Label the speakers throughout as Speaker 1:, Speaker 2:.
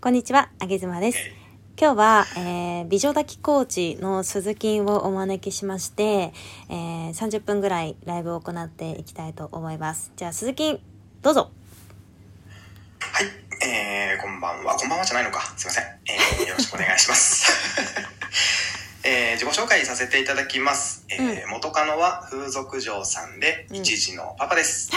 Speaker 1: こんにちは、あげずまです。今日は、えー美女抱きコーチの鈴木をお招きしまして、えー30分ぐらいライブを行っていきたいと思います。じゃあ、鈴木、どうぞ。
Speaker 2: はい、えー、こんばんは。こんばんはじゃないのか。すいません。えー、よろしくお願いします。 えー、自己紹介させていただきます。えー元カノは風俗嬢さんで、
Speaker 1: うん
Speaker 2: 一児のパパです。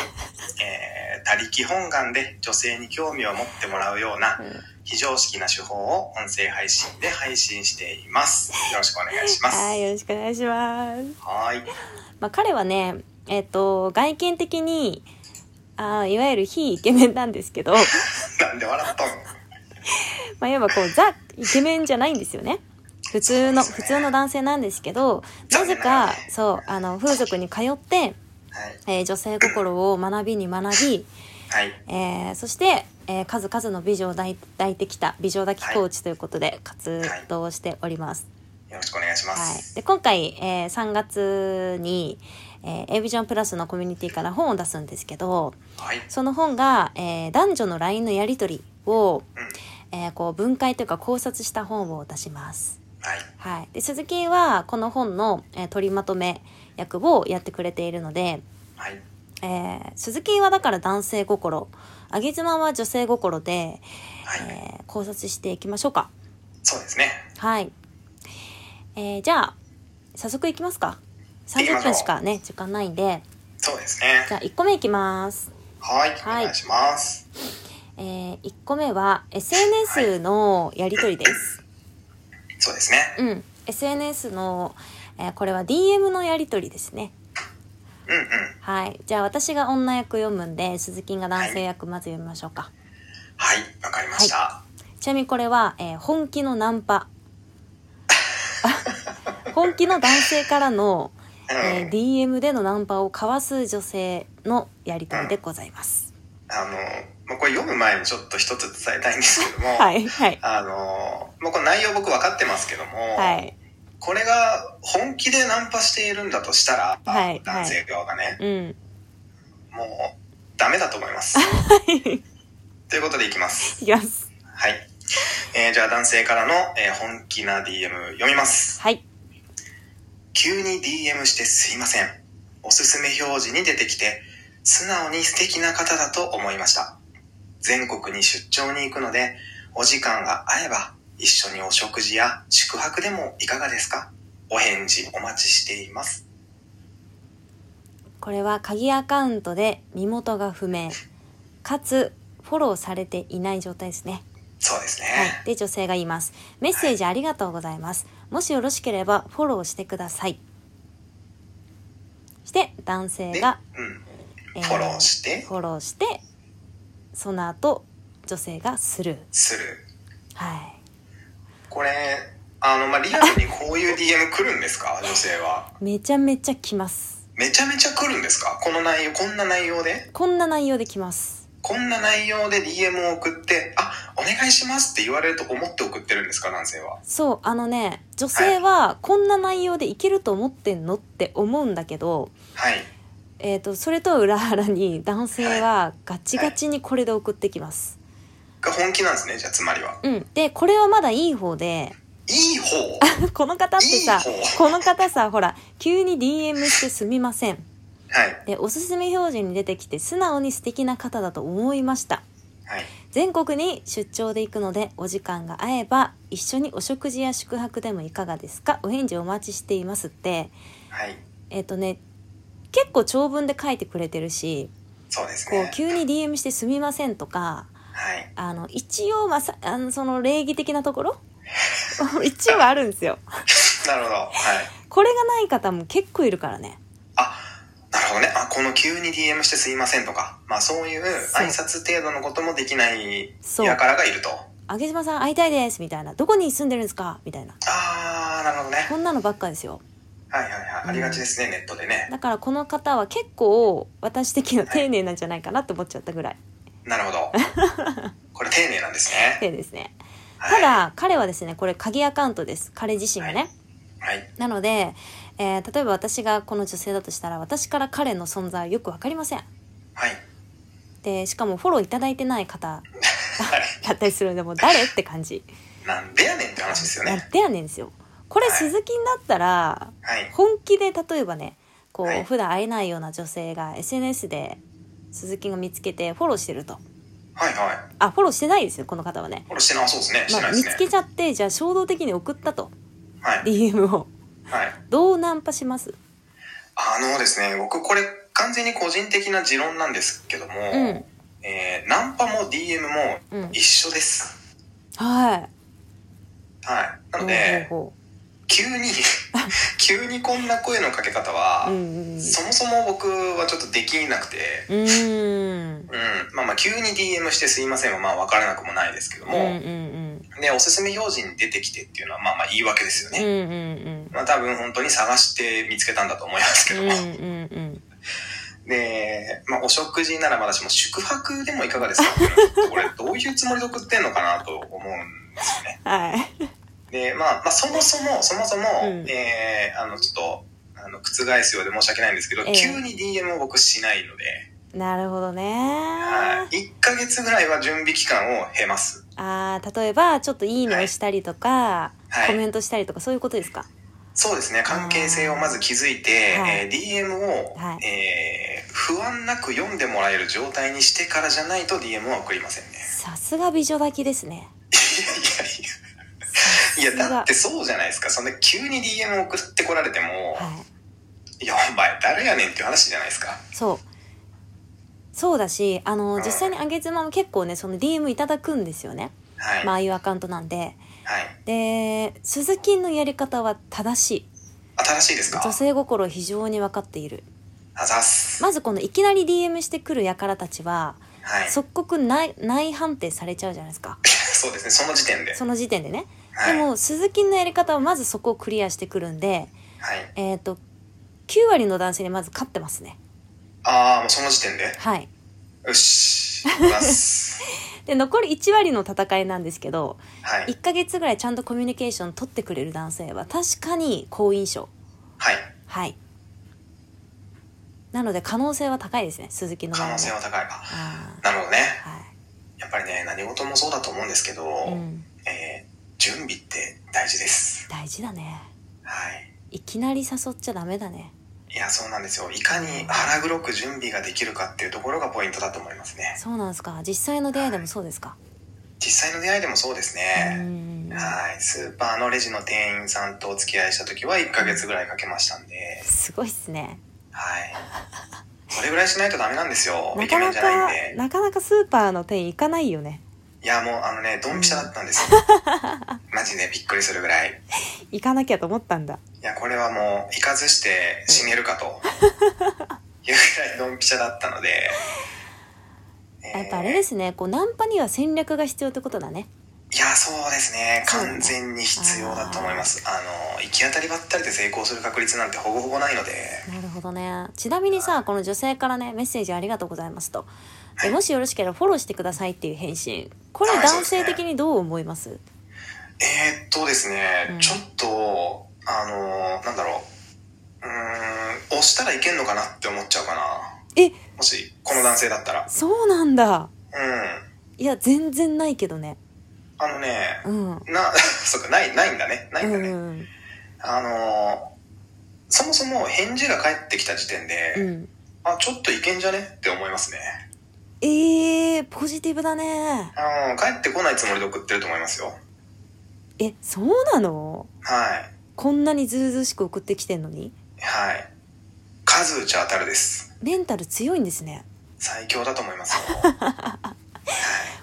Speaker 2: えー、他力本願で女性に興味を持ってもらうような非常識な手法を音声配信で配信しています。よろしくお願いします。
Speaker 1: はい、よろしくお願いします。
Speaker 2: はーい。
Speaker 1: まあ、彼はね、えっ、と、外見的に、あーいわゆる非イケメンなんです けど、
Speaker 2: なんで笑ったの
Speaker 1: まあ、いわばこう、ザ・イケメンじゃないんですよね。普通の、普通の男性なんですけど、なぜか、そう、あの、風俗に通って、
Speaker 2: はい。
Speaker 1: えー女性心を学びに学び、
Speaker 2: はい。
Speaker 1: えーそして、えー数々の美女を抱い抱いてきた美女抱きコーチということで活動をしております。
Speaker 2: よろしくお願いしま
Speaker 1: はい、
Speaker 2: す。
Speaker 1: で今回、えー3月に、えー、a v i s i o n プラスのコミュニティから本を出すんですけど
Speaker 2: はい。
Speaker 1: その本が、えー男女の LINE のやり取りを、
Speaker 2: うん。
Speaker 1: えーこう分解というか考察した本を出します。
Speaker 2: はい。
Speaker 1: はい、で鈴木はこの本の、えー取りまとめ役をやってくれているので、
Speaker 2: はい。
Speaker 1: えー鈴木はだから男性心、あげ妻は女性心で、
Speaker 2: はい。
Speaker 1: えー考察していきましょうか。
Speaker 2: そうですね。
Speaker 1: はい。えーじゃあ、早速いきますか。
Speaker 2: 行き
Speaker 1: 30
Speaker 2: ましょう
Speaker 1: 分しかね、時間ないんで。
Speaker 2: そうですね
Speaker 1: じ。ゃあ、1個目いきます。
Speaker 2: はい、
Speaker 1: はい
Speaker 2: お願いします。
Speaker 1: えー、1個目は、SNS のやりとりです。
Speaker 2: そうですね。
Speaker 1: うん。SNS の、えーこれは DM のやりとりですね。
Speaker 2: うんうん。
Speaker 1: はい。じゃあ、私が女役読むんで、鈴木が男性役まず読みましょうか。
Speaker 2: はい、わかりました。
Speaker 1: ちなみにこれは、えー本気のナンパ。 本気の男性からの、え
Speaker 2: う
Speaker 1: ー
Speaker 2: ん
Speaker 1: DM でのナンパを交わす女性のやり取りでございます。
Speaker 2: あの、まあ、これ読む前にちょっと一つ伝えたいんですけども、
Speaker 1: はい、はい、
Speaker 2: あの、まあ、この内容僕分かってますけども、
Speaker 1: はい。
Speaker 2: これが本気でナンパしているんだとしたら、
Speaker 1: はい
Speaker 2: 男性側がね、
Speaker 1: うん。
Speaker 2: もうダメだと思います。ということでいきます。
Speaker 1: いきます。
Speaker 2: はい。えーじゃあ男性からの、えー本気な DM 読みます。
Speaker 1: はい。
Speaker 2: 急に DM してすいません。おすすめ表示に出てきて、素直に素敵な方だと思いました。全国に出張に行くので、お時間が合えば、一緒にお食事や宿泊でもいかがですかお返事お待ちしています。
Speaker 1: これは鍵アカウントで身元が不明、かつフォローされていない状態ですね。
Speaker 2: そうですね。
Speaker 1: はい。で、女性が言います。メッセージありがとうございます。もしよろしければフォローしてください。して、男性
Speaker 2: で、
Speaker 1: が、
Speaker 2: う
Speaker 1: え
Speaker 2: ん。
Speaker 1: ー
Speaker 2: フォローして、
Speaker 1: フォローして、その後、女性がスルー。
Speaker 2: する。
Speaker 1: はい。
Speaker 2: これ、あの、まあ、リアルにこういう DM 来るんですか女性は。
Speaker 1: めちゃめちゃ来ます。
Speaker 2: めちゃめちゃ来るんですかこの内容、こんな内容で
Speaker 1: こんな内容で来ます。
Speaker 2: こんな内容で DM を送って、あ、お願いしますって言われると思って送ってるんですか、男性は。
Speaker 1: そう、あのね、女性はこんな内容でいけると思ってんのって思うんだけど、
Speaker 2: はい。
Speaker 1: えっ、と、それとは裏腹に男性はガチガチにこれで送ってきます。
Speaker 2: が本気なんですね、じゃあ、つまりは。
Speaker 1: うん。で、これはまだいい方で、
Speaker 2: いい方
Speaker 1: この方ってさ、
Speaker 2: いい方
Speaker 1: この方さ、ほら、急に DM してすみません。
Speaker 2: はい。
Speaker 1: で、おすすめ表示に出てきて素直に素敵な方だと思いました。
Speaker 2: はい。
Speaker 1: 全国に出張で行くのでお時間が合えば一緒にお食事や宿泊でもいかがですかお返事お待ちしていますって
Speaker 2: はい。
Speaker 1: えっ、とね結構長文で書いてくれてるし
Speaker 2: そうです
Speaker 1: こう
Speaker 2: ね。
Speaker 1: 急に DM してすみませんとか
Speaker 2: はい。
Speaker 1: あの一応まあさあのその礼儀的なところ 一応はあるんですよ
Speaker 2: なるほど。はい。
Speaker 1: これがない方も結構いるからね
Speaker 2: あ、なるほどね。あ、この急に DM してすいませんとか、まあそういう
Speaker 1: そう
Speaker 2: 挨拶程度のこともできない
Speaker 1: そう
Speaker 2: やからがいると。
Speaker 1: 「あげ島さん会いたいです」みたいな「どこに住んでるんですか?」みたいな
Speaker 2: あー、なるほどね。
Speaker 1: こんなのばっかですよ
Speaker 2: はいはいはい。ありがちですね、ネットでね。
Speaker 1: だからこの方は結構私的には丁寧なんじゃないかなって思っちゃったぐらい
Speaker 2: なる ほど。これ丁寧なんですね。
Speaker 1: 丁寧ですね
Speaker 2: は
Speaker 1: た
Speaker 2: い。
Speaker 1: だ彼はですねこれ鍵アカウントです彼自身がね、
Speaker 2: ははい。
Speaker 1: なので、えー例えば私がこの女性だとしたら私から彼の存在はよく分かりません
Speaker 2: はい。
Speaker 1: でしかもフォローいただいてない方
Speaker 2: はい
Speaker 1: だったりするのでもう誰って感じ
Speaker 2: なんでやねんって話ですよ
Speaker 1: な
Speaker 2: ね
Speaker 1: んでやねんですよこれ
Speaker 2: はい
Speaker 1: 鈴木だったら
Speaker 2: はい
Speaker 1: 本気で例えばねこ
Speaker 2: はいう
Speaker 1: 普段会えないような女性が SNS で鈴木が見つけてフォローしてると
Speaker 2: はいはい
Speaker 1: あフォローしてないですよこの方はね、
Speaker 2: これしてなそうですねし
Speaker 1: ま
Speaker 2: てな
Speaker 1: あ、
Speaker 2: いで
Speaker 1: 見
Speaker 2: すね
Speaker 1: つけちゃってじゃあ衝動的に送ったと
Speaker 2: はい
Speaker 1: DM を
Speaker 2: はい
Speaker 1: どうナンパします
Speaker 2: あのですね僕これ完全に個人的な持論なんですけども、
Speaker 1: うん
Speaker 2: えーナンパも DM も
Speaker 1: うん
Speaker 2: 一緒です、
Speaker 1: はい
Speaker 2: はい
Speaker 1: ほ
Speaker 2: なの
Speaker 1: う
Speaker 2: で
Speaker 1: ほ
Speaker 2: 急に 急にこんな声のかけ方は、
Speaker 1: うほううんうん
Speaker 2: そもそも僕はちょっとできなくて
Speaker 1: うーん
Speaker 2: うんまあまあ急に DM してすいませんはまあ分からなくもないですけど
Speaker 1: うんう
Speaker 2: も、
Speaker 1: んうん
Speaker 2: でおすすめ表示に出てきてっていうのはまあまあ言い訳ですよ
Speaker 1: うん
Speaker 2: ね、
Speaker 1: うんうん
Speaker 2: まあ多分本当に探して見つけたんだと思いますけ
Speaker 1: う
Speaker 2: ど
Speaker 1: ん
Speaker 2: も、
Speaker 1: うんうん
Speaker 2: で、まあ、お食事ならまだしも宿泊でもいかが ですかこれどういうつもりで送ってんのかなと思うんですよね。
Speaker 1: はい
Speaker 2: で、まあ、まあ、そもそも、そもそも、
Speaker 1: うん
Speaker 2: えーあの、ちょっと、あの、覆すようで申し訳ないんですけど、
Speaker 1: ええ
Speaker 2: 急に DM を僕しないので、
Speaker 1: なるほどね
Speaker 2: はい。1ヶ月ぐらいは準備期間を経ます。
Speaker 1: あー例えばちょっと「いいね」をしたりとか、
Speaker 2: はい
Speaker 1: コメントしたりとかそういうことですか
Speaker 2: そうですね、関係性をまず築いて、
Speaker 1: はい
Speaker 2: えー DM を、
Speaker 1: はい
Speaker 2: えー不安なく読んでもらえる状態にしてからじゃないと DM は送りませんね。
Speaker 1: さすが美女抱きですね
Speaker 2: いやいやいや、いやだって
Speaker 1: さ
Speaker 2: そうじゃないですか。そんな急に DM 送ってこられて
Speaker 1: す
Speaker 2: も、
Speaker 1: がはい
Speaker 2: い、や、お前誰やねんっていう話じゃないですか。
Speaker 1: そうそうだしあの
Speaker 2: うん
Speaker 1: 実際にあげ妻も結構ねその DM いただくんですよね、
Speaker 2: はい。
Speaker 1: まあああいうアカウントなんで
Speaker 2: はい。
Speaker 1: で鈴木のやり方は正しい
Speaker 2: 新しいですか
Speaker 1: 女性心を非常に分かっている
Speaker 2: あざっす。
Speaker 1: まずこのいきなり DM してくる輩たちは
Speaker 2: はい。そ
Speaker 1: 即刻内内判定されちゃうじゃないですか
Speaker 2: うですね、 その時点で。
Speaker 1: その時点でね
Speaker 2: は
Speaker 1: で
Speaker 2: い。
Speaker 1: も鈴木のやり方はまずそこをクリアしてくるんで
Speaker 2: はい。
Speaker 1: えっ、と9割の男性にまず勝ってますね
Speaker 2: ああ、もうその時点で。
Speaker 1: はい
Speaker 2: よし。あざっす。
Speaker 1: で残り1割の戦いなんですけど
Speaker 2: はい。
Speaker 1: 1ヶ月ぐらいちゃんとコミュニケーション取ってくれる男性は確かに好印象
Speaker 2: はい。
Speaker 1: はいなので可能性は高いですね鈴木の場合
Speaker 2: 可
Speaker 1: も
Speaker 2: 能性は高い。あ
Speaker 1: あ
Speaker 2: なるほどね。
Speaker 1: ーは
Speaker 2: やっぱりね、何事もそうだと思うんですけど、
Speaker 1: い、うん、
Speaker 2: えー準備って大事です。
Speaker 1: 大事だね
Speaker 2: はい。
Speaker 1: いきなり誘っちゃダメだね
Speaker 2: いや、そうなんですよ。いかに腹黒く準備ができるかっていうところがポイントだと思いますね。
Speaker 1: そうなんですか実際の出会いでもそうですか、
Speaker 2: 実際の出会いでもそうです
Speaker 1: う
Speaker 2: ね。
Speaker 1: ん
Speaker 2: はい。スーパーのレジの店員さんとお付き合いした時は1ヶ月ぐらいかけましたんで、
Speaker 1: すごいっすね
Speaker 2: はい。それぐらいしないとダメなんですよ。
Speaker 1: な
Speaker 2: イケ
Speaker 1: か
Speaker 2: メン
Speaker 1: な
Speaker 2: じゃないん
Speaker 1: か
Speaker 2: で。
Speaker 1: なかなかスーパーの店員行かないよね
Speaker 2: いや、もうあのね、ドンピシャだったんですよ。マジでびっくりするぐらい。
Speaker 1: 行かなきゃと思ったんだ
Speaker 2: いや、これはもう、行かずして死ねるかと。いうぐらいドンピシャだったので。
Speaker 1: やっぱあれですねこうナンパには戦略が必要ってことだね
Speaker 2: いや、そうですね。
Speaker 1: そう
Speaker 2: 完全に必要だと思います。あの、行き当たりばったりで成功する確率なんてほぼほぼないので、
Speaker 1: なるほどねちなみにさこの女性からねメッセージありがとうございますとでもしよろしければフォローしてくださいっていう返信これ
Speaker 2: はい
Speaker 1: 男性的にどう思います
Speaker 2: えー、っとですね、
Speaker 1: うん
Speaker 2: ちょっと、あの、なんだろう。うーん、押したらいけんのかなって思っちゃうかな。
Speaker 1: え
Speaker 2: もし、この男性だったら。
Speaker 1: そうなんだ
Speaker 2: うん。
Speaker 1: いや全然ないけどね
Speaker 2: あのね
Speaker 1: う、んうん
Speaker 2: な、 そっか、ない、ないんだね。ないんだね。
Speaker 1: うん
Speaker 2: あの、そもそも返事が返ってきた時点で、
Speaker 1: うん
Speaker 2: あ、ちょっといけんじゃねって思いますね。
Speaker 1: えー、ポジティブだね
Speaker 2: あの、帰ってこないつもりで送ってると思いますよ。
Speaker 1: えそうなの
Speaker 2: はい。
Speaker 1: こんなにずうずうしく送ってきてんのに
Speaker 2: はい。数打ち当たるです。
Speaker 1: メンタル強いんですね
Speaker 2: 最強だと思いますよ。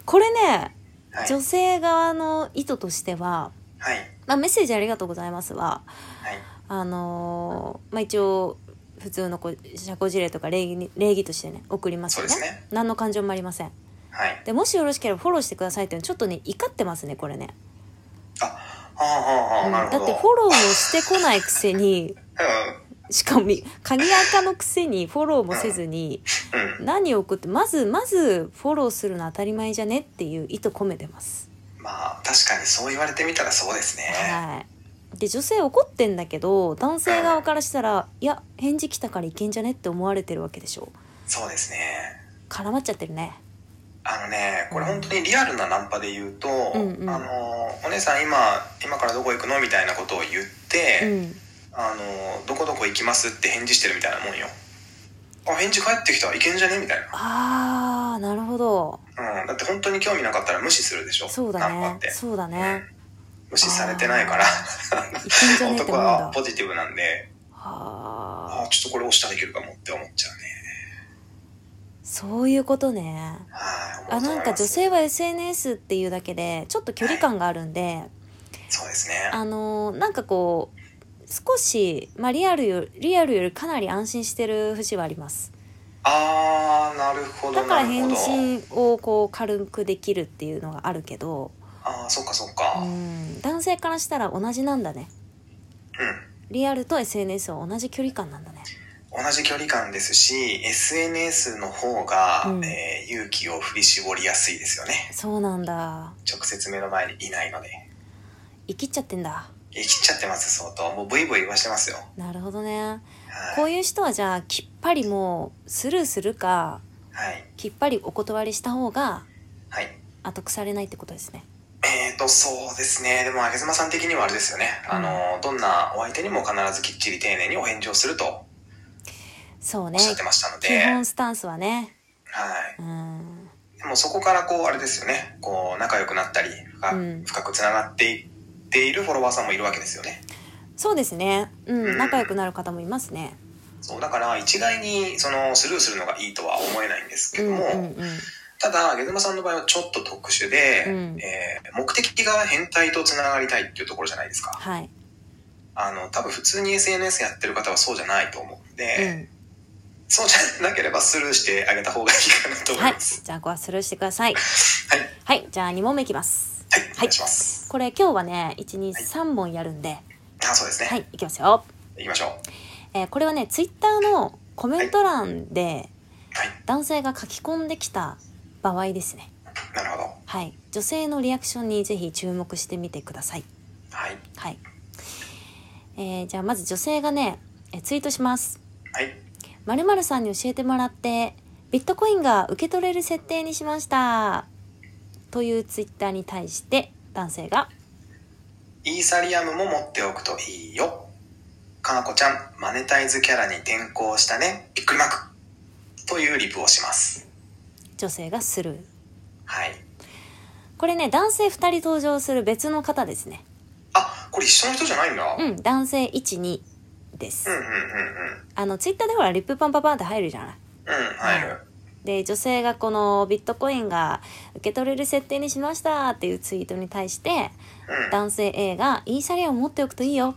Speaker 1: これね、
Speaker 2: はい。
Speaker 1: 女性側の意図としては、
Speaker 2: はい。
Speaker 1: まあ、メッセージありがとうございますは
Speaker 2: はい。
Speaker 1: あのーまあ、一応普通のこう社交辞令とか礼儀に礼儀としてね送りますよね
Speaker 2: そうですね
Speaker 1: 何の感情もありません
Speaker 2: はい。
Speaker 1: でもしよろしければフォローしてくださいっていうのちょっとね怒ってますねこれね、
Speaker 2: あ、はあはあはあ、
Speaker 1: うん
Speaker 2: な
Speaker 1: だ
Speaker 2: る
Speaker 1: っ
Speaker 2: ほ
Speaker 1: て
Speaker 2: ど。
Speaker 1: フォローもしてこないくせにしかもカニアカのくせにフォローもせずに
Speaker 2: うん。うん。
Speaker 1: 何を送ってまずまずフォローするの当たり前じゃねっていう意図込めてます
Speaker 2: まあ、確かにそう言われてみたらそうですね。
Speaker 1: はい、で女性怒ってんだけど男性側からしたら「いや返事来たからいけんじゃね?」って思われてるわけでしょ
Speaker 2: そうですね。
Speaker 1: 絡まっちゃってるね
Speaker 2: あのね、これ本当にリアルなナンパで言うと、
Speaker 1: うんうん
Speaker 2: あの、お姉さん今、今からどこ行くのみたいなことを言って、
Speaker 1: うん。
Speaker 2: あの、どこどこ行きますって返事してるみたいなもんよ。あ、返事返ってきた。いけんじゃねみたい
Speaker 1: ああ、なるほど。
Speaker 2: な。うん。だって本当に興味なかったら無視するでしょ。
Speaker 1: そう
Speaker 2: ナンパ
Speaker 1: だ
Speaker 2: っ
Speaker 1: ね。
Speaker 2: て。
Speaker 1: そうだ
Speaker 2: う
Speaker 1: ね
Speaker 2: ん。無視されてないから、
Speaker 1: いけんじゃねえって
Speaker 2: 男
Speaker 1: 思うん
Speaker 2: は
Speaker 1: だ。
Speaker 2: ポジティブなんで、あ
Speaker 1: はあ
Speaker 2: あ、、ちょっとこれ押したらいけるかもって思っちゃうね。
Speaker 1: そういうことね。
Speaker 2: はい。
Speaker 1: あ、
Speaker 2: 思うと
Speaker 1: なん
Speaker 2: 思い
Speaker 1: か
Speaker 2: ます
Speaker 1: 女性は SNS っていうだけで、ちょっと距離感があるんで、
Speaker 2: そうですね。
Speaker 1: あのーなんかこう、少し、まあ、リアルよ、リアルよりかなり安心してる節はあります。
Speaker 2: あー、なるほど、
Speaker 1: だから
Speaker 2: なるほ
Speaker 1: 返
Speaker 2: ど。
Speaker 1: 信をこう軽くできるっていうのがあるけど、
Speaker 2: あー、そっかそっ
Speaker 1: う
Speaker 2: か。うん。
Speaker 1: ん、男性からしたら同じなんだね。リアルと SNS は同じ距離感なんだね。
Speaker 2: 同じ距離感ですし、SNS の方が、
Speaker 1: うん
Speaker 2: えー勇気を振り絞りやすいですよね。
Speaker 1: そうなんだ。
Speaker 2: 直接目の前にいないので。
Speaker 1: 生きっちゃってんだ。
Speaker 2: え切っちゃってます、相当。もうブイブイ言わしてますよ。
Speaker 1: なるほどね。こ
Speaker 2: は
Speaker 1: う
Speaker 2: い。
Speaker 1: いう人はじゃあ、きっぱりもう、スルーするか、
Speaker 2: はい。
Speaker 1: きっぱりお断りした方が、
Speaker 2: はい。
Speaker 1: 後腐れないってことですね。
Speaker 2: えーと、そうですね。でも、あげずまさん的にはあれですよね。あの、どんなお相手にも必ずきっちり丁寧にお返事をすると
Speaker 1: そう
Speaker 2: お
Speaker 1: ね
Speaker 2: っ。しゃってましたので、
Speaker 1: 基本スタンスはね。
Speaker 2: はい。
Speaker 1: うん。
Speaker 2: でもそこからこう、あれですよね。こう、仲良くなったり、深,、
Speaker 1: うん
Speaker 2: 深く繋がっていっているフォロワーさんもいるわけですよね。
Speaker 1: そうですね。う。
Speaker 2: うんん
Speaker 1: 仲良くなる方もいますね。
Speaker 2: そう、だから一概にそのスルーするのがいいとは思えないんです
Speaker 1: う
Speaker 2: けど
Speaker 1: んう
Speaker 2: も、
Speaker 1: んうん。
Speaker 2: ただ、ゲズマさんの場合はちょっと特殊で、
Speaker 1: うん
Speaker 2: えー目的が変態と繋がりたいっていうところじゃないですか。
Speaker 1: はい。
Speaker 2: あの、多分普通に SNS やってる方はそうじゃないと思うん
Speaker 1: う
Speaker 2: で、
Speaker 1: ん。
Speaker 2: そうじゃなければスルーしてあげた方がいいかなと思
Speaker 1: はいい
Speaker 2: ま。す。
Speaker 1: じゃあ、ここはスルーしてください。
Speaker 2: はい。
Speaker 1: はい。じゃあ、2問目いきます。
Speaker 2: はい。お願いします。
Speaker 1: これ今日はね、1、2、3問やるんで、
Speaker 2: あ、そうですね。
Speaker 1: はい、いきますよ。
Speaker 2: 行きましょう。
Speaker 1: えーこれはね、ツイッターのコメント欄で
Speaker 2: はい。
Speaker 1: 男性が書き込んできた場合ですね。
Speaker 2: なるほど。
Speaker 1: はい。女性のリアクションにぜひ注目してみてください。
Speaker 2: はい。
Speaker 1: はい。えーじゃあまず女性がね、えーツイートします。
Speaker 2: はい。
Speaker 1: 〇〇さんに教えてもらって、ビットコインが受け取れる設定にしました。というツイッターに対して男性が、
Speaker 2: イーサリアムも持っておくといいよ。かなこちゃん、マネタイズキャラに転向したね。びっくりマーク。というリプをします。
Speaker 1: 女性がスルー。
Speaker 2: はい。
Speaker 1: これね、男性2人登場する別の方ですね。
Speaker 2: あ、これ一緒の人じゃないんだ。う
Speaker 1: う
Speaker 2: ん、うん、
Speaker 1: ん、男性1、2です。
Speaker 2: うん、うん。
Speaker 1: あの、ツイッターでほら、リップパンパパンって入るじゃない。
Speaker 2: うん、入る。
Speaker 1: で、女性がこのビットコインが受け取れる設定にしましたっていうツイートに対して、
Speaker 2: うん、
Speaker 1: 男性 A がイーサリアム持っておくといいよ。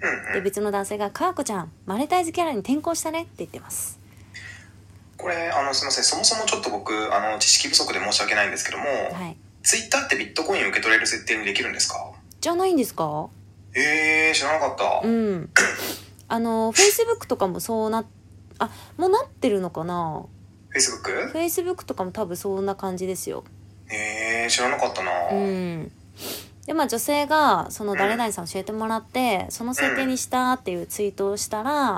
Speaker 2: うん、う
Speaker 1: で、
Speaker 2: ん。
Speaker 1: 別の男性が、かわこちゃん、マネタイズキャラに転向したねって言ってます。
Speaker 2: これ、あの、すみません。そもそもちょっと僕、あの、知識不足で申し訳ないんですけども、
Speaker 1: はい。
Speaker 2: ツイッターってビットコイン受け取れる設定にできるんですか
Speaker 1: じゃないんですか
Speaker 2: えー、知らなかった。
Speaker 1: うん。あの、Facebook とかもそうな、あ、もうなってるのかな
Speaker 2: Facebook?
Speaker 1: ?Facebook とかも多分そんな感じですよ。
Speaker 2: えー、知らなかったな。
Speaker 1: うん。で、まあ女性が、その誰々さん教えてもらって、その設定にしたっていうツイートをしたら、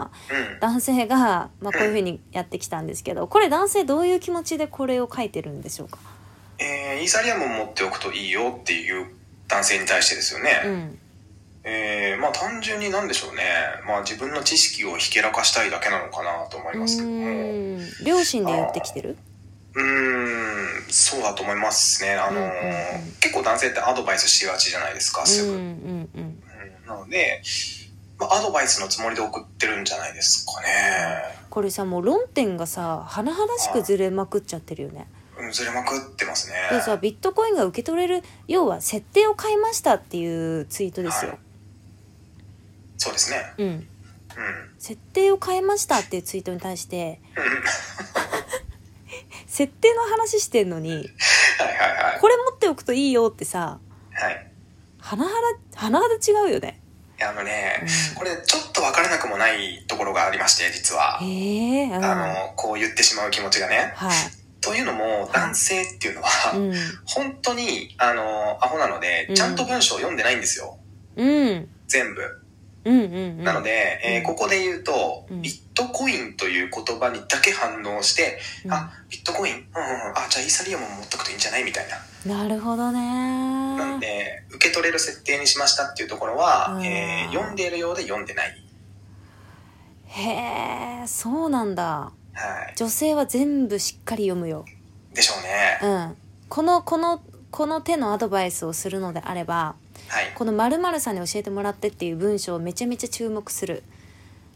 Speaker 2: うん
Speaker 1: 男性が、まあこういう風にやってきたんですけど、これ男性どういう気持ちでこれを書いてるんでしょうか
Speaker 2: えー、イーサリアムを持っておくといいよっていう男性に対してですよね。
Speaker 1: うん。
Speaker 2: えー、まあ単純になんでしょうね。まあ自分の知識をひけらかしたいだけなのかなと思いますけども。う
Speaker 1: うーん。両親で言ってきてる
Speaker 2: ーん、そうだと思いますね。あのー
Speaker 1: うんうんうん
Speaker 2: 結構男性ってアドバイスしがちじゃないですか、す
Speaker 1: うん
Speaker 2: ぐ。
Speaker 1: う
Speaker 2: うん
Speaker 1: んうん。
Speaker 2: なので、まあアドバイスのつもりで送ってるんじゃないですかね。
Speaker 1: これさ、もう論点がさ、甚だしくずれまくっちゃってるよね。
Speaker 2: うん、ずれまくってますね。
Speaker 1: でさ、ビットコインが受け取れる、要は設定を変えましたっていうツイートですよ。
Speaker 2: そうですね。
Speaker 1: うん。
Speaker 2: うん。
Speaker 1: 設定を変えましたっていうツイートに対して、
Speaker 2: うん
Speaker 1: 設定の話してんのに、
Speaker 2: はいはいはい。
Speaker 1: これ持っておくといいよってさ、
Speaker 2: はい。
Speaker 1: はなはら、はなはら違うよね。
Speaker 2: いやあのね、
Speaker 1: うん
Speaker 2: これちょっと分からなくもないところがありまして、実は。
Speaker 1: へえ、うん。
Speaker 2: あ
Speaker 1: は
Speaker 2: の、こう言ってしまう気持ちがね。というのも、男性っていう
Speaker 1: い。
Speaker 2: の
Speaker 1: う
Speaker 2: は、
Speaker 1: ん。
Speaker 2: 本当に、あの、アホなの
Speaker 1: う
Speaker 2: で
Speaker 1: ん、
Speaker 2: ちゃんと文章を読んでないんですよ。
Speaker 1: うん。
Speaker 2: 全部。
Speaker 1: うんうんうん。
Speaker 2: なので、えー
Speaker 1: うん
Speaker 2: ここで言うと、
Speaker 1: うん
Speaker 2: ビットコインという言葉にだけ反応して、
Speaker 1: うん
Speaker 2: あ、ビットコインうんうんうん。あ、じゃあイーサリアムも持っとくといいんじゃないみたいな。
Speaker 1: なるほど
Speaker 2: なん
Speaker 1: ね。
Speaker 2: で、受け取れる設定にしましたっていうところは
Speaker 1: う、ん
Speaker 2: えー読んでいるようで読んでない。
Speaker 1: へえ、そうなんだ。
Speaker 2: はい。
Speaker 1: 女性は全部しっかり読むよ。
Speaker 2: でしょうね。
Speaker 1: うん。この、この、この手のアドバイスをするのであれば、
Speaker 2: はい。
Speaker 1: この〇〇さんに教えてもらってっていう文章をめちゃめちゃ注目する。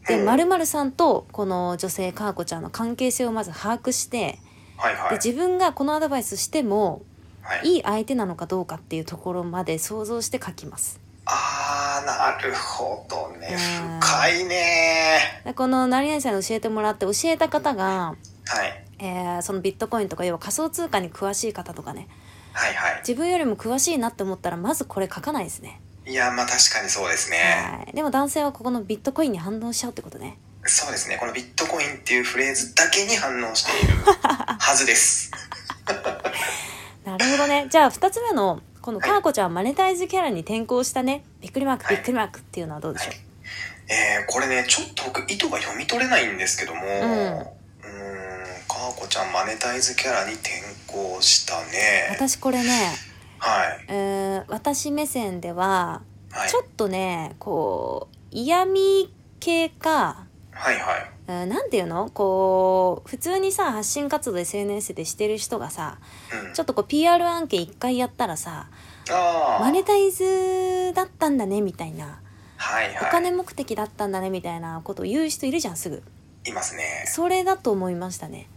Speaker 1: で、
Speaker 2: うん
Speaker 1: 〇〇さんとこの女性かーこちゃんの関係性をまず把握して、
Speaker 2: はいは
Speaker 1: で、
Speaker 2: い。
Speaker 1: 自分がこのアドバイスしても、
Speaker 2: はい、
Speaker 1: いい相手なのかどうかっていうところまで想像して書きます。
Speaker 2: あー、なるほどね
Speaker 1: うん。
Speaker 2: 深いね。
Speaker 1: でこの何々さんに教えてもらって教えた方が、
Speaker 2: はい。
Speaker 1: えーそのビットコインとか要は仮想通貨に詳しい方とかね
Speaker 2: はいはい。
Speaker 1: 自分よりも詳しいなって思ったらまずこれ書かないですね、
Speaker 2: いや、まあ確かにそうですね。
Speaker 1: はいでも男性はここのビットコインに反応しちゃうってことね
Speaker 2: そうですね。このビットコインっていうフレーズだけに反応して いるはずです。
Speaker 1: なるほどねじゃあ2つ目のこのかーこちゃんはマネタイズキャラに転向したねびっくりマーク
Speaker 2: は
Speaker 1: び
Speaker 2: い
Speaker 1: っくりマークっていうのはどうでしょ
Speaker 2: えー、これね、ちょっと僕意図が読み取れないんですけども、う
Speaker 1: うん
Speaker 2: ーん、かーこちゃんマネタイズキャラに転向した
Speaker 1: う
Speaker 2: ね。
Speaker 1: 私これね、
Speaker 2: はい。
Speaker 1: うーん私目線では
Speaker 2: はい
Speaker 1: ち。ょっとねこう嫌味系か
Speaker 2: はいはい。
Speaker 1: うんなんていうのこう普通にさ発信活動 SNS でしてる人がさ
Speaker 2: うん。
Speaker 1: ちょっとこう PR 案件一回やったらさ
Speaker 2: あー
Speaker 1: マネタイズだったんだねみたいな
Speaker 2: はいはい。
Speaker 1: お金目的だったんだねみたいなことを言う人いるじゃんすぐ
Speaker 2: いますね。
Speaker 1: それだと思いましたね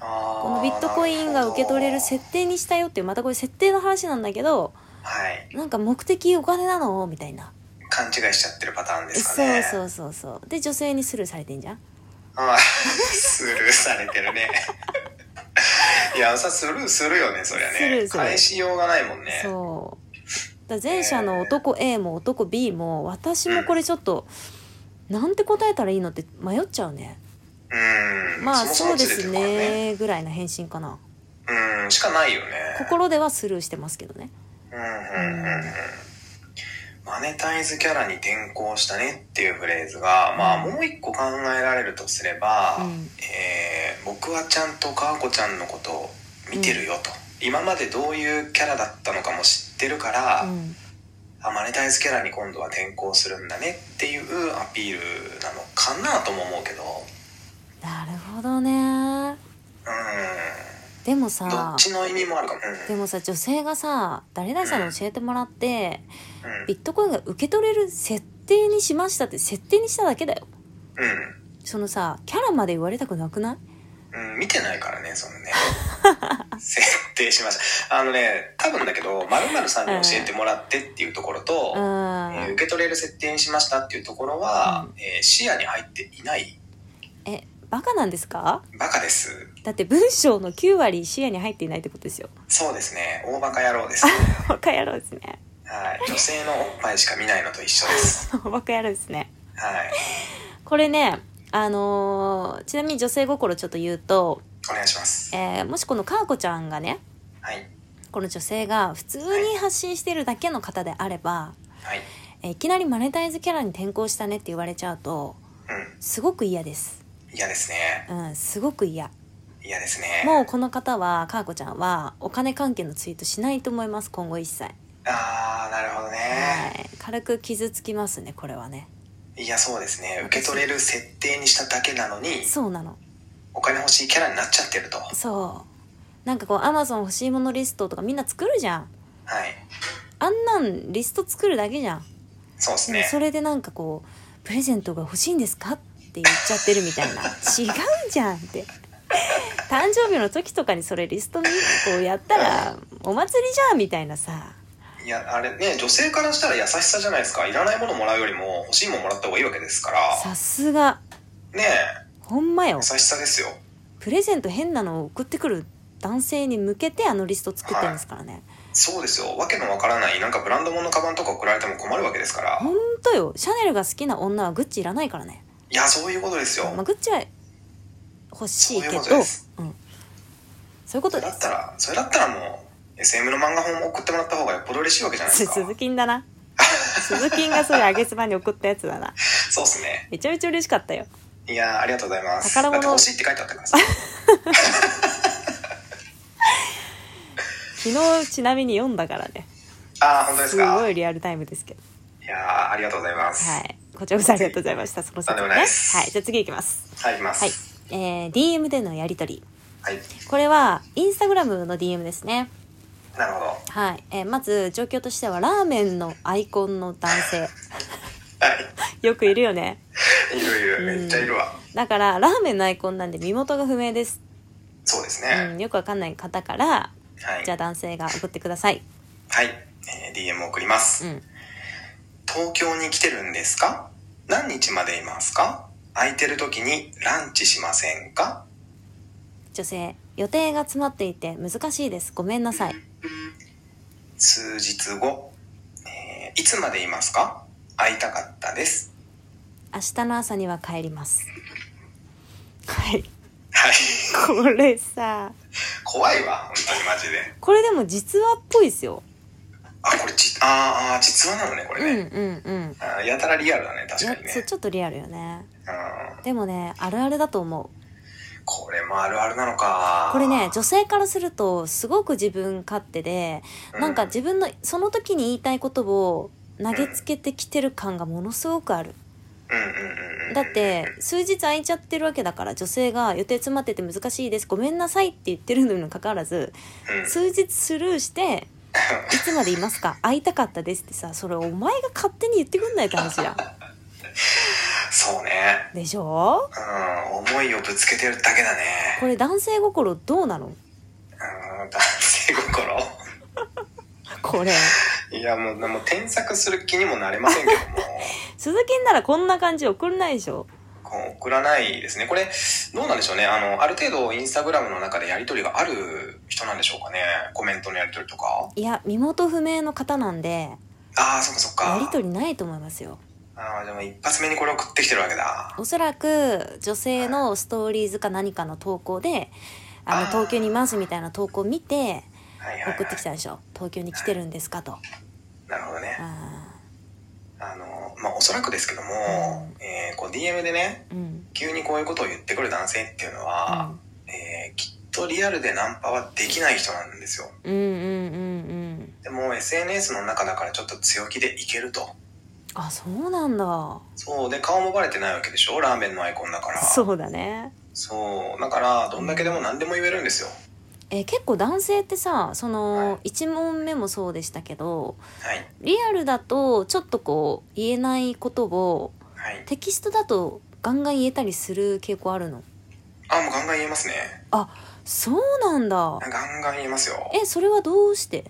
Speaker 2: こ
Speaker 1: このビットコインが受け取れる設定にしたよっていうまたこれ設定の話なんだけど
Speaker 2: はい。
Speaker 1: なんか目的お金なのみたいな
Speaker 2: 勘違いしちゃってるパターンですか
Speaker 1: そう
Speaker 2: ね。
Speaker 1: そうそうそうで女性にスルーされてんじゃん
Speaker 2: あースルーされてるね。 いや、さ、スルーするよね、そりゃね。
Speaker 1: スルーする
Speaker 2: 返しようがないもんね。
Speaker 1: そうだから前者の男 A も男 B も私もこれちょっと、なんて答えたらいいのって迷っちゃうね
Speaker 2: うーん。
Speaker 1: まあ
Speaker 2: そ
Speaker 1: そう
Speaker 2: も
Speaker 1: で
Speaker 2: そ
Speaker 1: す
Speaker 2: もずれてるからね。
Speaker 1: ねぐらいな返信かな
Speaker 2: うん、しかないよね。
Speaker 1: 心ではスルーしてますけどね
Speaker 2: うんうんうんうん。マネタイズキャラに転向したねっていうフレーズが、まあもう一個考えられるとすれば、
Speaker 1: うん
Speaker 2: えー僕はちゃんとかあこちゃんのことを見てるよと、今までどういうキャラだったのかも知ってるから、
Speaker 1: うん
Speaker 2: あマネタイズキャラに今度は転向するんだねっていうアピールなのかなとも思うけど
Speaker 1: なるほどね
Speaker 2: う
Speaker 1: でも
Speaker 2: んど
Speaker 1: さ
Speaker 2: っちの意味もあるかも、うん
Speaker 1: でもさ女性がさ誰々さんに教えてもらって
Speaker 2: うん
Speaker 1: ビットコインが受け取れる設定にしましたって設定にしただけだよそのさキャラまで言われたくなくない
Speaker 2: うんうん見てないからねそ のね設定しましたあのね多分だけどまるさんに教えてもらってっていうところと、えー
Speaker 1: うん
Speaker 2: 受け取れる設定にしましたっていうところは、えー視野に入っていない
Speaker 1: えバカなんですか
Speaker 2: バカです
Speaker 1: だって文章の9割視野に入っていないってことですよ
Speaker 2: そうですね大バカ野郎 です
Speaker 1: バカ野郎ですね
Speaker 2: はい女性のおっぱいしか見ないのと一緒です
Speaker 1: バカ野郎ですね
Speaker 2: はい
Speaker 1: これねあのーちなみに女性心ちょっと言うと、
Speaker 2: お願いします
Speaker 1: えーもしこのかーこちゃんがね
Speaker 2: はい
Speaker 1: この女性が普通に発信してるだけの方であれば、
Speaker 2: はい
Speaker 1: えーいきなりマネタイズキャラに転向したねって言われちゃうと
Speaker 2: うん
Speaker 1: すごく嫌です
Speaker 2: 嫌ですね
Speaker 1: うんすごく嫌
Speaker 2: 嫌ですね
Speaker 1: もうこの方はかーこちゃんはお金関係のツイートしないと思います今後一切
Speaker 2: ああなるほど
Speaker 1: は
Speaker 2: ね
Speaker 1: い軽く傷つきますねこれはね
Speaker 2: いやそうですね受け取れる設定にしただけなのに
Speaker 1: そうなの
Speaker 2: お金欲しいキャラになっちゃってるとは
Speaker 1: そうなんかこうアマゾン欲しいものリストとかみんな作るじゃん
Speaker 2: い
Speaker 1: あんなんリスト作るだけじゃん
Speaker 2: そうです
Speaker 1: でも
Speaker 2: ね
Speaker 1: それでなんかこうプレゼントが欲しいんですかって言っちゃってるみたいな違うじゃんって誕生日の時とかにそれリストにこうやったらお祭りじゃんみたいなさ
Speaker 2: いやあれね女性からしたら優しさじゃないですかいらないものもらうよりも欲しいものもらった方がいいわけですから
Speaker 1: さすが
Speaker 2: ねえ
Speaker 1: ほんまよ
Speaker 2: 優しさですよ
Speaker 1: プレゼント変なのを送ってくる男性に向けてあのリスト作ってるんですからね、
Speaker 2: そうですよわけのわからないなんかブランド物のカバンとか送られても困るわけですから
Speaker 1: ほんとよシャネルが好きな女はグッチいらないからね
Speaker 2: いやそういうことですよ
Speaker 1: まあ、グッチは欲しいけど
Speaker 2: そういうことです
Speaker 1: うん、そういうこと
Speaker 2: それ
Speaker 1: で
Speaker 2: だ
Speaker 1: す
Speaker 2: ったらそれだったらもう SM の漫画本も送ってもらった方がよっぽど嬉しいわけじゃないですか
Speaker 1: 鈴木んだな鈴木んがそれあげすばに送ったやつだな
Speaker 2: そうっすね
Speaker 1: めちゃめちゃ嬉しかったよ
Speaker 2: いやー、ありがとうございます。
Speaker 1: 宝物
Speaker 2: だって欲しいって書いてあったからさ。
Speaker 1: 昨日ちなみに読んだからね
Speaker 2: あー、本当です
Speaker 1: す
Speaker 2: か。
Speaker 1: ごいリアルタイムですけど
Speaker 2: いやー、ありがとうございます。
Speaker 1: は
Speaker 2: はい。
Speaker 1: いこちらこそありがとうございましたその説
Speaker 2: とん
Speaker 1: 明
Speaker 2: でも
Speaker 1: ね
Speaker 2: ない
Speaker 1: はい
Speaker 2: です
Speaker 1: じゃあ次いきます
Speaker 2: 入りま
Speaker 1: はい
Speaker 2: す。
Speaker 1: えー、DM でのやり取り
Speaker 2: はい。
Speaker 1: これはインスタグラムの DM ですね
Speaker 2: なるほど。は
Speaker 1: はい、えーまず状況としてはラーメンのアイコンの男性よくいるよね
Speaker 2: い。いるいる。めっちゃいるわ。
Speaker 1: だからラーメンのアイコンなんで身元が不明です、
Speaker 2: そうです
Speaker 1: う
Speaker 2: ね。
Speaker 1: ん、よくわかんない方から
Speaker 2: はい。
Speaker 1: じゃあ男性が送ってください、
Speaker 2: はい。えー DM 送ります。
Speaker 1: うん、
Speaker 2: 東京に来てるんですか何日までいますか空いてる時にランチしませんか
Speaker 1: 女性予定が詰まっていて難しいですごめんなさい
Speaker 2: 数日後、えーいつまでいますか会いたかったです。
Speaker 1: 明日の朝には帰りますはい
Speaker 2: はい。
Speaker 1: これさ
Speaker 2: 怖いわ、本当にマジで。
Speaker 1: これでも実話っぽいですよ
Speaker 2: あ、これじ、あーあー、実話なのね、こ
Speaker 1: うん
Speaker 2: れ
Speaker 1: う
Speaker 2: ね。
Speaker 1: んうん
Speaker 2: あーやたらリアルだね、確
Speaker 1: い
Speaker 2: か
Speaker 1: や
Speaker 2: に
Speaker 1: そう
Speaker 2: ね。
Speaker 1: ちょっとリアルよね
Speaker 2: うん、
Speaker 1: でもねあるあるだと思う
Speaker 2: これもあるあるなのか。
Speaker 1: これね女性からするとすごく自分勝手で
Speaker 2: うん
Speaker 1: なんか自分のその時に言いたいことを投げつけてきてる感がものすごくある
Speaker 2: うんうんうんうん。
Speaker 1: だって数日空いちゃってるわけだから女性が予定詰まってて難しいですごめんなさいって言ってるのにもかかわらず
Speaker 2: うん、
Speaker 1: 数日スルーして「いつまでいますか会いたかったです」ってさそれお前が勝手に言ってくんないって話じゃん
Speaker 2: そうね。
Speaker 1: でしょ
Speaker 2: うん、思いをぶつけてるだけだね。
Speaker 1: これ男性心どうなの
Speaker 2: うん、男性心。
Speaker 1: これ
Speaker 2: いや、もう、もう添削する気にもなれませんけど も。
Speaker 1: 鈴木ならこんな感じ送んないでしょ
Speaker 2: こう送らないですね。これ、どうなんでしょうね。あの、ある程度、インスタグラムの中でやりとりがある人なんでしょうかね。コメントのやりとりとか。
Speaker 1: いや身元不明の方なんで
Speaker 2: ああ、そっかそっか。
Speaker 1: やりとりないと思いますよ
Speaker 2: ああ、でも一発目にこれを送ってきてるわけだ。
Speaker 1: おそらく女性のストーリーズか何かの投稿で「あ
Speaker 2: あ
Speaker 1: の
Speaker 2: ー
Speaker 1: 東京にいます」みたいな投稿を見て
Speaker 2: はいはい、はい。
Speaker 1: 送ってきたでしょ「東京に来てるんですか」と。
Speaker 2: なるほどね。
Speaker 1: あ
Speaker 2: あの、まあ、おそらくですけども、えーこう DM でね、
Speaker 1: ーうん
Speaker 2: 急にこういうことを言ってくる男性っていうの
Speaker 1: う
Speaker 2: は、
Speaker 1: ん
Speaker 2: えーきっとリアルでナンパはできない人なんですよ。
Speaker 1: うんうんうんうん
Speaker 2: でも SNS の中だからちょっと強気でいけると。
Speaker 1: あそうなんだ
Speaker 2: そう。で、顔もバレてないわけでしょラーメンのアイコンだから。
Speaker 1: そうだね
Speaker 2: そう。だから、どんだけでも何でも言えるんですよ。
Speaker 1: え結構男性ってさそ
Speaker 2: は
Speaker 1: の1問目もそうでしたけど
Speaker 2: はい。
Speaker 1: リアルだとちょっとこう言えないことを
Speaker 2: はい。
Speaker 1: テキストだとガンガン言えたりする傾向あるの
Speaker 2: あ、もうガンガン言えますね。
Speaker 1: そうなんだ
Speaker 2: ガンガン言えますよ。
Speaker 1: えそれはどうして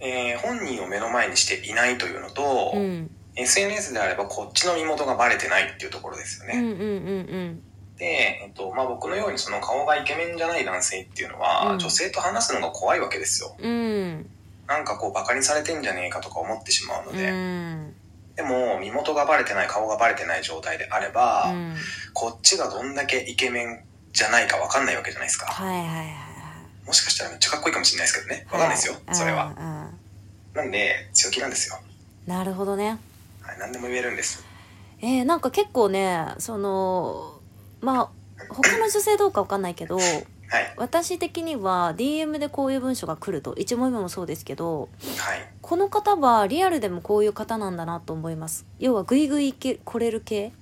Speaker 2: えー本人を目の前にしていないというのと、
Speaker 1: うん
Speaker 2: SNS であればこっちの身元がバレてないっていうところですよ
Speaker 1: うん
Speaker 2: ね。
Speaker 1: うんうん
Speaker 2: で、えっと、まあ、僕のようにその顔がイケメンじゃない男性っていうの
Speaker 1: う
Speaker 2: は、
Speaker 1: ん
Speaker 2: 女性と話すのが怖いわけですよ。
Speaker 1: うんうん
Speaker 2: なんかこうバカにされてんじゃねえかとか思ってしまうの
Speaker 1: う
Speaker 2: で、
Speaker 1: ん
Speaker 2: でも身元がバレてない顔がバレてない状態であれば、
Speaker 1: うん
Speaker 2: こっちがどんだけイケメンじゃないかわかんないわけじゃないですか。
Speaker 1: はいはいはい
Speaker 2: もしかしたらめっちゃかっこいいかもしれないですけどね。
Speaker 1: は
Speaker 2: わかんないですよ、それは。
Speaker 1: は
Speaker 2: なんで、強気なんですよ。
Speaker 1: なるほどね
Speaker 2: はい、何でも言えるんです。
Speaker 1: えー、なんか結構ねそのまあ他の女性どうかわかんないけど
Speaker 2: はい、
Speaker 1: 私的には DM でこういう文章が来ると一問目もそうですけど
Speaker 2: はい。
Speaker 1: この方はリアルでもこういう方なんだなと思います要はグイグイいけ来れる系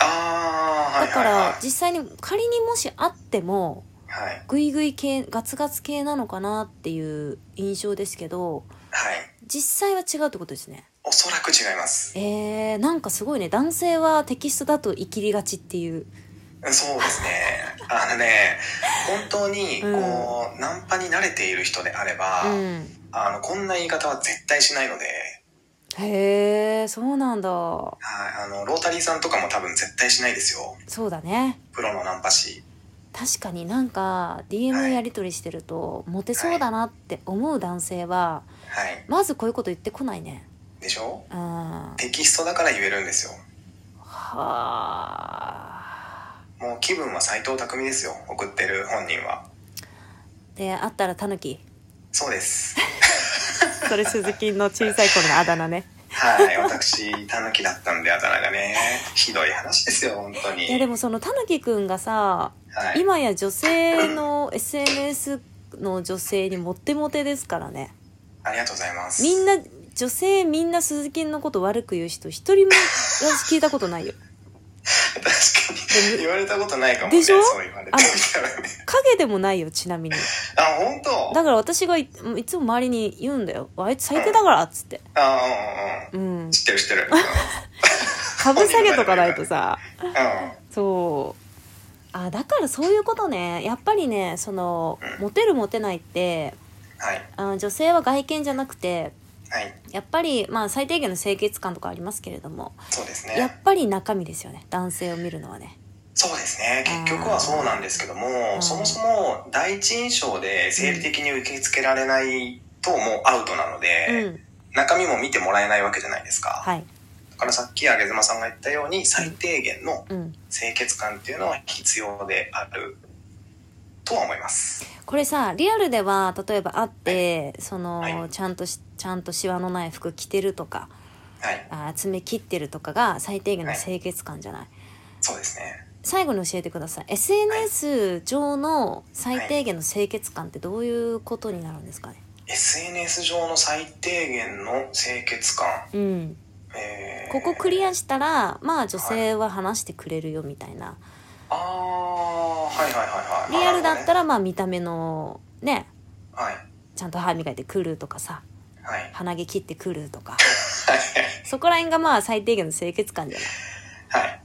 Speaker 2: あー、は
Speaker 1: だ
Speaker 2: い、
Speaker 1: か
Speaker 2: はい、
Speaker 1: ら
Speaker 2: は
Speaker 1: 実際に仮にもしあっても
Speaker 2: い。はい
Speaker 1: グイグイ系ガツガツ系なのかなっていう印象ですけど
Speaker 2: はい。
Speaker 1: 実際は違うってことですね
Speaker 2: おそらく違います。
Speaker 1: えー、なんかすごいね男性はテキストだと生きりがちっていう
Speaker 2: そうですね。あのね、本当に、
Speaker 1: うん
Speaker 2: こう、ナンパに慣れている人であれば、
Speaker 1: うん
Speaker 2: あの、こんな言い方は絶対しないので、
Speaker 1: へえそうなんだ
Speaker 2: はい、あの、ロータリーさんとかも多分絶対しないですよ。
Speaker 1: そうだね
Speaker 2: プロのナンパ師。
Speaker 1: 確かになんか DM
Speaker 2: はい
Speaker 1: やり取りしてると、モテそうだなって思う男性は
Speaker 2: はい。
Speaker 1: まずこういうこと言ってこないね
Speaker 2: でしょ
Speaker 1: うんは
Speaker 2: テキストだから言えるんですよ。
Speaker 1: あ
Speaker 2: もう気分は斎藤匠ですよ。送ってる本人は。
Speaker 1: であったらタヌキ
Speaker 2: そうです。
Speaker 1: それ鈴木の小さい頃のあだ名ね
Speaker 2: はい、私、タヌキだったんで、あだ名がね、ひどい話ですよ、本当に。
Speaker 1: いやでもそのたぬきくんがさ、
Speaker 2: はい、
Speaker 1: 今や女性の SNS の女性にモテモテですからね
Speaker 2: ありがとうございます。
Speaker 1: みんな女性みんな鈴木のこと悪く言う人一人も私聞いたことないよ
Speaker 2: 確かに、言われたことないかもね、
Speaker 1: でしょ
Speaker 2: そう言われてみたらね。
Speaker 1: 影でもないよちなみに
Speaker 2: あ、本当
Speaker 1: だから私がいいつも周りに言うんだよあいつ最低だからっつって
Speaker 2: あ、うん
Speaker 1: う
Speaker 2: うんん。知ってる知 ってる。
Speaker 1: 株下げとかないとさ
Speaker 2: うん。うん
Speaker 1: そうあだからそういうことねやっぱりねその
Speaker 2: うん
Speaker 1: モテるモテないって
Speaker 2: はい。
Speaker 1: あ女性は外見じゃなくて
Speaker 2: はい。
Speaker 1: やっぱりまあ最低限の清潔感とかありますけれども
Speaker 2: そうです
Speaker 1: やっ
Speaker 2: ね。
Speaker 1: ぱり中身ですよね男性を見るのはね
Speaker 2: そうですね。結局はそうなんですけど
Speaker 1: う
Speaker 2: も、
Speaker 1: ん
Speaker 2: そもそも第一印象で生理的に受け付けられないともうアウトなの
Speaker 1: う
Speaker 2: で、
Speaker 1: ん
Speaker 2: 中身も見てもらえないわけじゃないですか。
Speaker 1: はい
Speaker 2: だからさっきあげずまさんが言ったように、最低限の
Speaker 1: うん
Speaker 2: 清潔感っていうのは必要であるとは思います。
Speaker 1: これさリアルでは例えば会ってそ
Speaker 2: は
Speaker 1: の
Speaker 2: い
Speaker 1: ちゃんとしちゃんとシワのない服着てるとか
Speaker 2: はい。
Speaker 1: あ爪切ってるとかが最低限の
Speaker 2: はい
Speaker 1: 清潔感じゃない
Speaker 2: そうですね。
Speaker 1: 最後に教えてください SNS 上の最低限の清潔感ってどういうことになるんですかね
Speaker 2: SNS 上の最低限の清潔感。
Speaker 1: うん
Speaker 2: えー
Speaker 1: ここクリアしたらまあ女性は話してくれるよみたいな
Speaker 2: ああはいはいはいはい
Speaker 1: リアルだった
Speaker 2: ら
Speaker 1: らまあ見た目のね
Speaker 2: はい
Speaker 1: ちゃんと歯磨いてくるとかさ
Speaker 2: はい
Speaker 1: 鼻毛切ってくるとかそこら辺がまあ最低限の清潔感じゃない
Speaker 2: はい、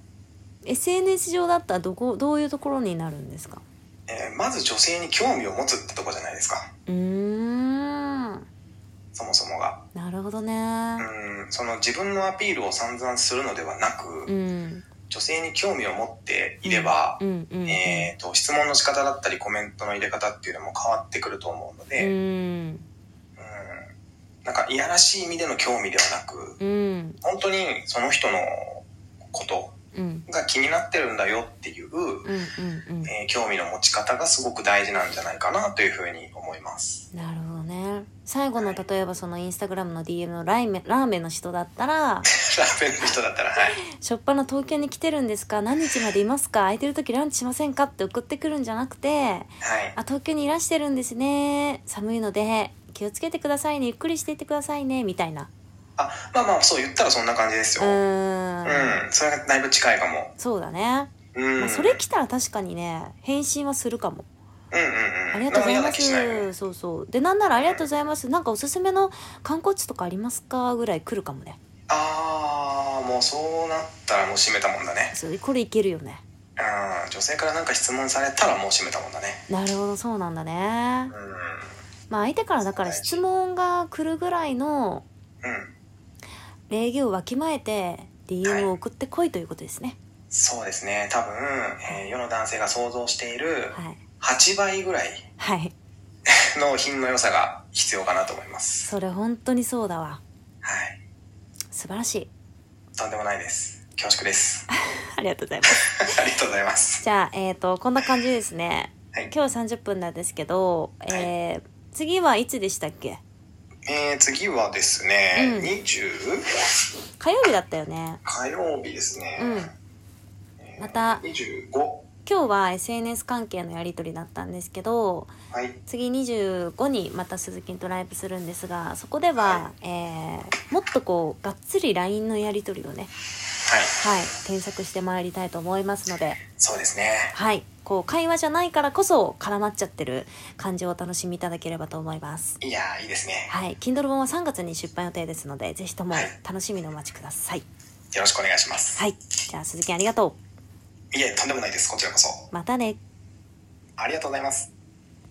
Speaker 1: SNS 上だったらどこどういうところになるんですか
Speaker 2: えーまず女性に興味を持つってとこじゃないですか
Speaker 1: うーん
Speaker 2: そもそもが
Speaker 1: なるほど
Speaker 2: う
Speaker 1: ね
Speaker 2: んその自分のアピールを散々するのではな
Speaker 1: う
Speaker 2: く、
Speaker 1: ん
Speaker 2: 女性に興味を持っていれば
Speaker 1: う、んうんうん
Speaker 2: えー、と質問の仕方だったりコメントの入れ方っていうのも変わってくると思うの
Speaker 1: う
Speaker 2: で、
Speaker 1: ん
Speaker 2: うんなんかいやらしい意味での興味ではな
Speaker 1: う
Speaker 2: く
Speaker 1: ん
Speaker 2: 本当にその人のこと
Speaker 1: うん
Speaker 2: が気になってるんだよっていう
Speaker 1: うんうんうん
Speaker 2: えー興味の持ち方がすごく大事なんじゃないかなというふうに思います。
Speaker 1: なるほどね最後の例えばそのインスタグラムの DM のラーメンラーメンの人だったら
Speaker 2: ラーメンの人だったら、はい。
Speaker 1: 「しょっぱな東京に来てるんですか何日までいますか空いてる時ランチしませんか?」って送ってくるんじゃなくて
Speaker 2: はい。
Speaker 1: あ東京にいらしてるんですね寒いので気をつけてくださいねゆっくりしていってくださいねみたいな
Speaker 2: あ、まあまあ、そう言ったらそんな感じです
Speaker 1: う
Speaker 2: よ。うん。
Speaker 1: ーん
Speaker 2: それがだいぶ近いかも。
Speaker 1: そうだね、
Speaker 2: うん。
Speaker 1: まあ、それ来たら確かにね返信はするかも
Speaker 2: うんうんうん。
Speaker 1: ありがとうございま
Speaker 2: なんか嫌な気しないよね
Speaker 1: すそうそうでなんならありがとうございますなんかおすすめの観光地とかありますかぐらい来るかもね
Speaker 2: ああ、もうそうなったらもう閉めたもんだね。
Speaker 1: そうこれいけるよね
Speaker 2: うん。女性からなんか質問されたらもう閉めたもんだね。
Speaker 1: なるほどそうなんだね
Speaker 2: うん。
Speaker 1: まあ相手からだから質問が来るぐらいの
Speaker 2: うん。
Speaker 1: 礼儀をわきまえて DM を送ってこいということですね
Speaker 2: そうですね。多分、えー世の男性が想像している
Speaker 1: はい
Speaker 2: 8倍ぐらい
Speaker 1: はい
Speaker 2: の品の良さが必要かなと思います。
Speaker 1: それ本当にそうだわ
Speaker 2: はい。
Speaker 1: 素晴らしい
Speaker 2: とんでもないです。恐 縮です。
Speaker 1: ありがとうございます
Speaker 2: ありがとうございます。
Speaker 1: じゃあえっ、とこんな感じですね
Speaker 2: はい。
Speaker 1: 今日は30分なんですけど、えー、次はいつでしたっけ
Speaker 2: えー、次はですね、
Speaker 1: うん
Speaker 2: 20
Speaker 1: 火曜日だったよね
Speaker 2: 火曜日ですね。
Speaker 1: うん
Speaker 2: えー
Speaker 1: また
Speaker 2: 25。は
Speaker 1: 今日は SNS 関係のやり取りだったんですけど
Speaker 2: い。
Speaker 1: 次25にまた鈴木とライブするんですがそこでは、えーもっとこうがっつり LINE のやり取りをね
Speaker 2: はい。
Speaker 1: はい添削してまいりたいと思いますので
Speaker 2: そうですね。
Speaker 1: はいこう会話じゃないからこそ絡まっちゃってる感じをお楽しみいただければと思います
Speaker 2: いやー、いいですね。
Speaker 1: はい Kindle 本は3月に出版予定ですのでぜひとも
Speaker 2: はい
Speaker 1: 楽しみにお待ちください
Speaker 2: よろしくお願いします。
Speaker 1: はいじゃあ鈴木ありがと
Speaker 2: いえ、とんでもないです。こちらこそ。
Speaker 1: うまたね
Speaker 2: ありがとうございます。